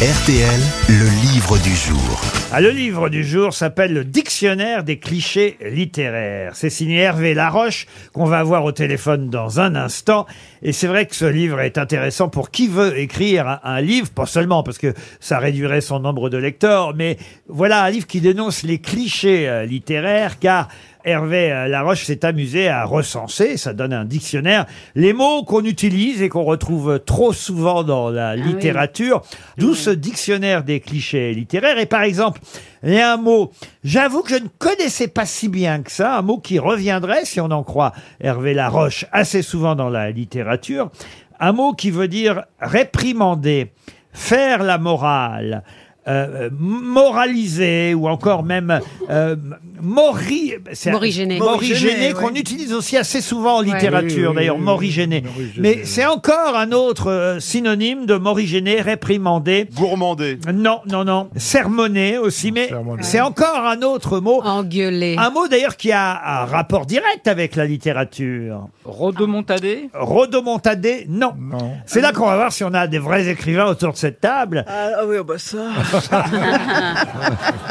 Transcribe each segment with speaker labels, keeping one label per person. Speaker 1: RTL, le livre du jour.
Speaker 2: Ah, le livre du jour s'appelle Le Dictionnaire des clichés littéraires. C'est signé Hervé Laroche, qu'on va avoir au téléphone dans un instant. Et c'est vrai que ce livre est intéressant pour qui veut écrire un, un livre, pas seulement parce que ça réduirait son nombre de lecteurs, mais voilà un livre qui dénonce les clichés euh, littéraires, car Hervé euh, Laroche s'est amusé à recenser, ça donne un dictionnaire, les mots qu'on utilise et qu'on retrouve trop souvent dans la
Speaker 3: oui.
Speaker 2: littérature, d'où ce dictionnaire des clichés littéraires. Et par exemple, il y a un mot, j'avoue que je ne connaissais pas si bien que ça, un mot qui reviendrait, si on en croit Hervé Laroche, assez souvent dans la littérature, un mot qui veut dire réprimander, faire la morale. euh, moraliser ou encore même euh, mori, c'est-
Speaker 3: Morigéner.
Speaker 2: morigéner, qu'on utilise aussi assez souvent en littérature, d'ailleurs, morigéner. Mais c'est encore un autre euh, synonyme de morigéner, réprimander.
Speaker 4: Gourmander.
Speaker 2: Non, non, non. Sermonner aussi, mais c'est encore un autre mot.
Speaker 3: Oh, Engueuler.
Speaker 2: Un mot d'ailleurs qui a un rapport direct avec la littérature.
Speaker 5: Rodomontadé
Speaker 2: Rodomontadé, non. C'est là qu'on va voir si on a des vrais écrivains autour de cette table.
Speaker 6: Ah oui, bah ça.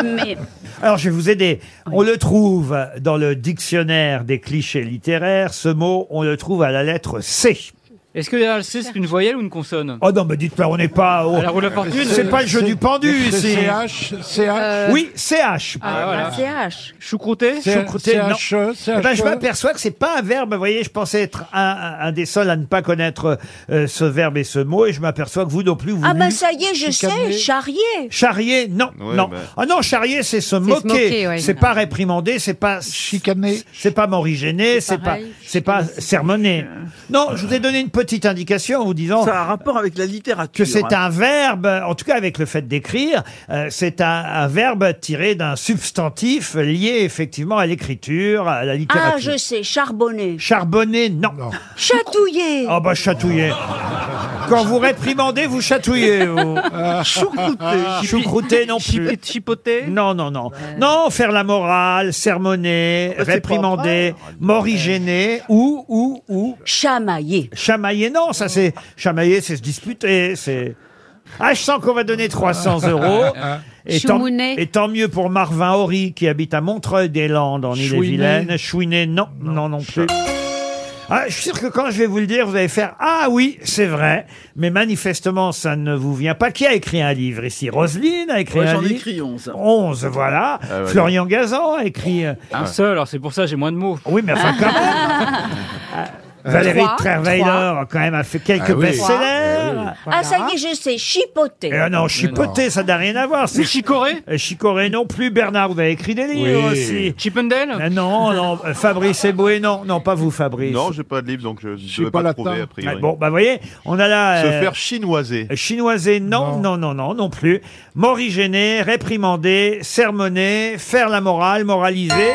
Speaker 7: Mais
Speaker 2: Alors je vais vous aider. On le trouve dans le dictionnaire des clichés littéraires. Ce mot, on le trouve à la lettre C.
Speaker 5: Est-ce que derrière le C, c'est une voyelle ou une consonne
Speaker 2: Oh non, mais dites-moi, on n'est pas au...
Speaker 5: À la roue de la fortune
Speaker 2: C'est pas le jeu du pendu ici.
Speaker 8: CH, CH,
Speaker 2: Oui, CH.
Speaker 5: Ah, voilà.
Speaker 7: CH.
Speaker 5: Choucrouté
Speaker 2: choucrouté, non.
Speaker 8: CH,
Speaker 2: Eh ben, je
Speaker 8: CH.
Speaker 2: m'aperçois que c'est pas un verbe. Vous voyez, je pensais être un, un- un des seuls à ne pas connaître euh, ce verbe et ce mot, et je m'aperçois que vous non plus, vous.
Speaker 7: Ah bah
Speaker 2: lui-
Speaker 7: ça y est, je sais,
Speaker 8: calmé.
Speaker 7: charrier.
Speaker 2: Charrier, non,
Speaker 4: Ouais,
Speaker 2: non.
Speaker 4: bah.
Speaker 2: Ah non, charrier, c'est se moquer.
Speaker 3: moquer, ouais.
Speaker 2: C'est pas réprimander, c'est pas
Speaker 8: Chicaner.
Speaker 2: c'est pas m'origéner, c'est pas,
Speaker 3: pareil.
Speaker 2: c'est pas sermonner. Non, je vous ai donné une petite indication en vous disant
Speaker 6: Ça a un rapport avec la littérature.
Speaker 2: Oh.
Speaker 6: hein.
Speaker 2: que c'est un verbe, en tout cas avec le fait d'écrire, euh, c'est un, un verbe tiré d'un substantif lié effectivement à l'écriture, à la littérature.
Speaker 7: Ah, je sais, charbonner.
Speaker 2: Charbonner, non.
Speaker 7: Chatouiller.
Speaker 2: Ah bah chatouiller. Quand vous réprimandez, vous chatouillez. Vous.
Speaker 5: Euh,
Speaker 2: Choucrouter non plus.
Speaker 5: Chipoté Chipoté
Speaker 2: Non, non, non. Non, faire la morale, sermonner,
Speaker 6: bah, c'est
Speaker 2: réprimander, morigéner, ou, ou, ou,
Speaker 7: Chamailler.
Speaker 2: chamailler. Non, ça c'est, chamailler, c'est se disputer, c'est... Ah, je sens qu'on va donner 300 euros. Et tant,
Speaker 3: Choumouner.
Speaker 2: et tant mieux pour Marvin Horry, qui habite à Montreuil-des-Landes, en Ille-et-Vilaine. Chouiner, non, non, non plus. Ah, je suis sûr que quand je vais vous le dire, vous allez faire Ah oui, c'est vrai. Mais manifestement, ça ne vous vient pas. Qui a écrit un livre ici Roselyne a écrit
Speaker 6: Ouais,
Speaker 2: un
Speaker 6: J'en ai
Speaker 2: livre.
Speaker 6: écrit 11.
Speaker 2: 11, voilà.
Speaker 4: Ah, ouais,
Speaker 2: Florian Gazan a écrit. euh,
Speaker 5: Un seul, alors c'est pour ça que j'ai moins de mots.
Speaker 2: Oui, mais enfin, quand même. Euh, Valérie
Speaker 3: Trois,
Speaker 2: Trierweiler, quand même, a fait quelques
Speaker 8: Ah oui.
Speaker 2: best-sellers.
Speaker 7: Ah ça y est, je sais, chipoter.
Speaker 2: Et ah non, chipoté, ça n'a rien à voir. C'est
Speaker 5: Chicoré
Speaker 2: Et Chicoré non plus. Bernard, vous avez écrit des livres aussi.
Speaker 5: Chipendel
Speaker 2: Ah non, non, euh, Fabrice Eboué, non, non, pas vous, Fabrice.
Speaker 4: Non, j'ai pas de livre, donc je ne vais
Speaker 8: pas
Speaker 4: pas,
Speaker 8: latin.
Speaker 4: trouver, a
Speaker 2: Ah,
Speaker 4: priori.
Speaker 2: bon, bah, vous voyez, on a là.
Speaker 4: Se
Speaker 2: euh,
Speaker 4: faire chinoiser.
Speaker 2: Chinoisé, non, non, non, non, non plus. Morigéné, réprimandé, sermonné, faire la morale, moraliser.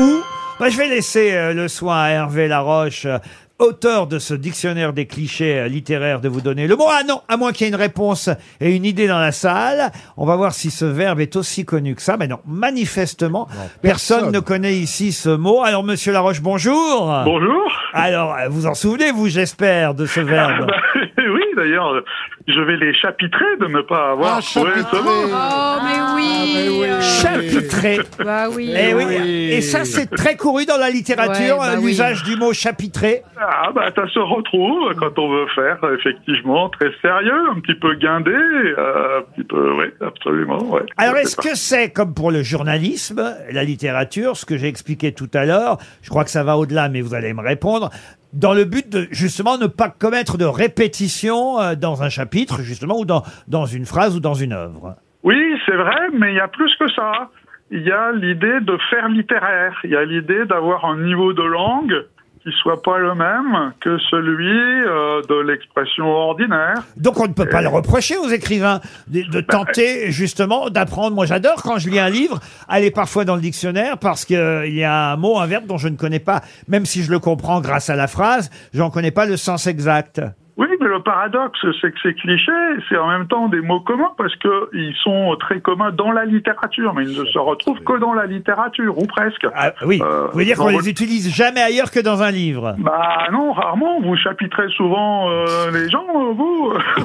Speaker 2: Ou, bah, je vais laisser euh, le soin à Hervé Laroche, euh, auteur de ce dictionnaire des clichés euh, littéraires, de vous donner le mot. Ah non, à moins qu'il y ait une réponse et une idée dans la salle. On va voir si ce verbe est aussi connu que ça. Mais non, manifestement, personne,
Speaker 8: personne.
Speaker 2: ne connaît ici ce mot. Alors, monsieur Laroche, bonjour.
Speaker 9: Bonjour.
Speaker 2: Alors, euh, vous en souvenez, vous, j'espère, de ce verbe.
Speaker 9: Bah, oui, d'ailleurs, euh, je vais les chapitrer de ne pas avoir
Speaker 8: Ah,
Speaker 9: trouvé ce
Speaker 8: chapitré.
Speaker 9: mot.
Speaker 3: Oh, mais oui. euh,
Speaker 2: Chapitré.
Speaker 3: Bah oui.
Speaker 2: Eh oui. Et ça, c'est très couru dans la littérature,
Speaker 3: Ouais, bah
Speaker 2: euh,
Speaker 3: oui.
Speaker 2: l'usage du mot chapitré.
Speaker 9: Ah bah ça se retrouve quand on veut faire euh, effectivement très sérieux, un petit peu guindé, euh, un petit peu, oui, absolument, ouais.
Speaker 2: Alors,
Speaker 9: Je
Speaker 2: est-ce
Speaker 9: sais
Speaker 2: que c'est, comme pour le journalisme, la littérature, ce que j'ai expliqué tout à l'heure, je crois que ça va au-delà, mais vous allez me répondre, dans le but de, justement, ne pas commettre de répétition euh, dans un chapitre, justement, ou dans, dans une phrase ou dans une œuvre
Speaker 9: Oui, c'est vrai, mais il y a plus que ça. Il y a l'idée de faire littéraire. Il y a l'idée d'avoir un niveau de langue qui soit pas le même que celui euh, de l'expression ordinaire.
Speaker 2: Donc, on ne peut pas le reprocher aux écrivains de, de tenter, justement, d'apprendre. Moi, j'adore quand je lis un livre, aller parfois dans le dictionnaire parce que euh, il y a un mot, un verbe dont je ne connais pas, même si je le comprends grâce à la phrase, j'en connais pas le sens exact.
Speaker 9: Oui, mais le le paradoxe, c'est que ces clichés, c'est en même temps des mots communs parce que ils sont très communs dans la littérature, mais ils ne se retrouvent que dans la littérature ou presque.
Speaker 2: Ah, oui,
Speaker 9: Euh,
Speaker 2: vous voulez dire qu'on
Speaker 9: dans
Speaker 2: les utilise jamais ailleurs que dans un livre
Speaker 9: Bah non, rarement. Vous chapitrez souvent euh, les gens, euh, vous.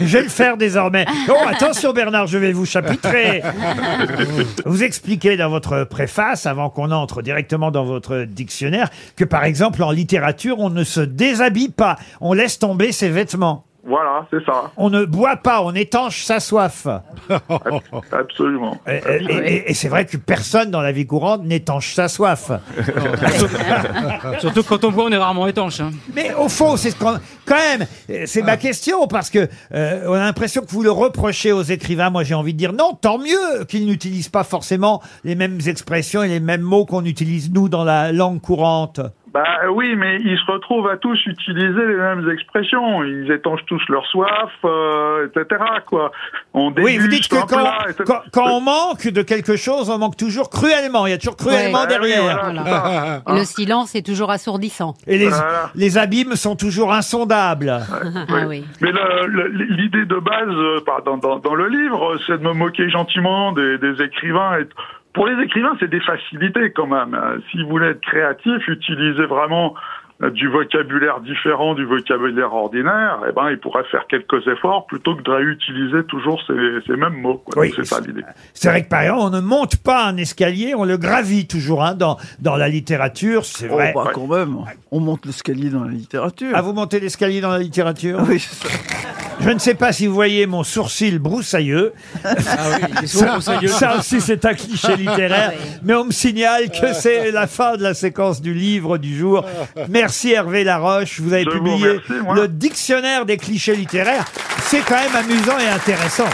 Speaker 2: Je vais le faire désormais. Oh, attention Bernard, je vais vous chapitrer. vous expliquez dans votre préface, avant qu'on entre directement dans votre dictionnaire, que par exemple en littérature, on ne se déshabille pas, on laisse tomber ses vêtements.
Speaker 9: voilà, c'est ça.
Speaker 2: On ne boit pas, on étanche sa soif. Oh.
Speaker 9: Absolument.
Speaker 2: Et, et- et- et c'est vrai que personne dans la vie courante n'étanche sa soif.
Speaker 5: Surtout que quand on boit, on est rarement étanche. hein.
Speaker 2: Mais au fond, c'est ce qu'on- quand même, euh, c'est
Speaker 9: Ah.
Speaker 2: ma question parce que euh, on a l'impression que vous le reprochez aux écrivains. Moi, j'ai envie de dire non, tant mieux qu'ils n'utilisent pas forcément les mêmes expressions et les mêmes mots qu'on utilise nous dans la langue courante.
Speaker 9: Bah oui, mais ils se retrouvent à tous utiliser les mêmes expressions. Ils étanchent tous leur soif, euh, etc. Quoi. On
Speaker 2: Oui, vous dites
Speaker 9: déguste
Speaker 2: que
Speaker 9: un
Speaker 2: quand,
Speaker 9: plat, etc.
Speaker 2: quand, quand on manque de quelque chose, on manque toujours cruellement. Il y a toujours cruellement
Speaker 9: Bah oui,
Speaker 2: derrière. Ah,
Speaker 9: voilà, c'est ça.
Speaker 3: Le silence est toujours assourdissant.
Speaker 2: Et les,
Speaker 9: Voilà.
Speaker 2: les abîmes sont toujours insondables.
Speaker 3: Ah oui.
Speaker 9: Mais le- le- l'idée de base euh, par- dans, dans- dans le livre, euh, c'est de me moquer gentiment des, des écrivains. Et t- pour les écrivains, c'est des facilités quand même. Euh, Si vous voulez être créatif, utilisez vraiment euh, du vocabulaire différent du vocabulaire ordinaire, eh ben, ils pourraient faire quelques efforts plutôt que de réutiliser toujours ces, ces mêmes mots. quoi.
Speaker 2: Oui.
Speaker 9: Donc, C'est ça l'idée.
Speaker 2: C'est vrai que par exemple, on ne monte pas un escalier, on le gravit toujours hein, dans, dans la littérature. C'est
Speaker 6: Oh,
Speaker 2: vrai.
Speaker 6: bah, quand même. On monte l'escalier dans la littérature. Ah
Speaker 2: Ah, vous montez l'escalier dans la littérature
Speaker 6: Oui, c'est ça.
Speaker 2: Je ne sais pas si vous voyez mon sourcil broussailleux.
Speaker 5: Et souvent, on conseille-
Speaker 2: Ah Ça aussi, c'est un cliché littéraire. Mais on me signale que c'est la fin de la séquence du livre du jour. Merci Hervé Laroche. Vous avez
Speaker 9: Je vous
Speaker 2: publié
Speaker 9: remercie, moi.
Speaker 2: le dictionnaire des clichés littéraires. C'est quand même amusant et intéressant.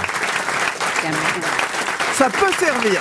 Speaker 6: ça peut servir.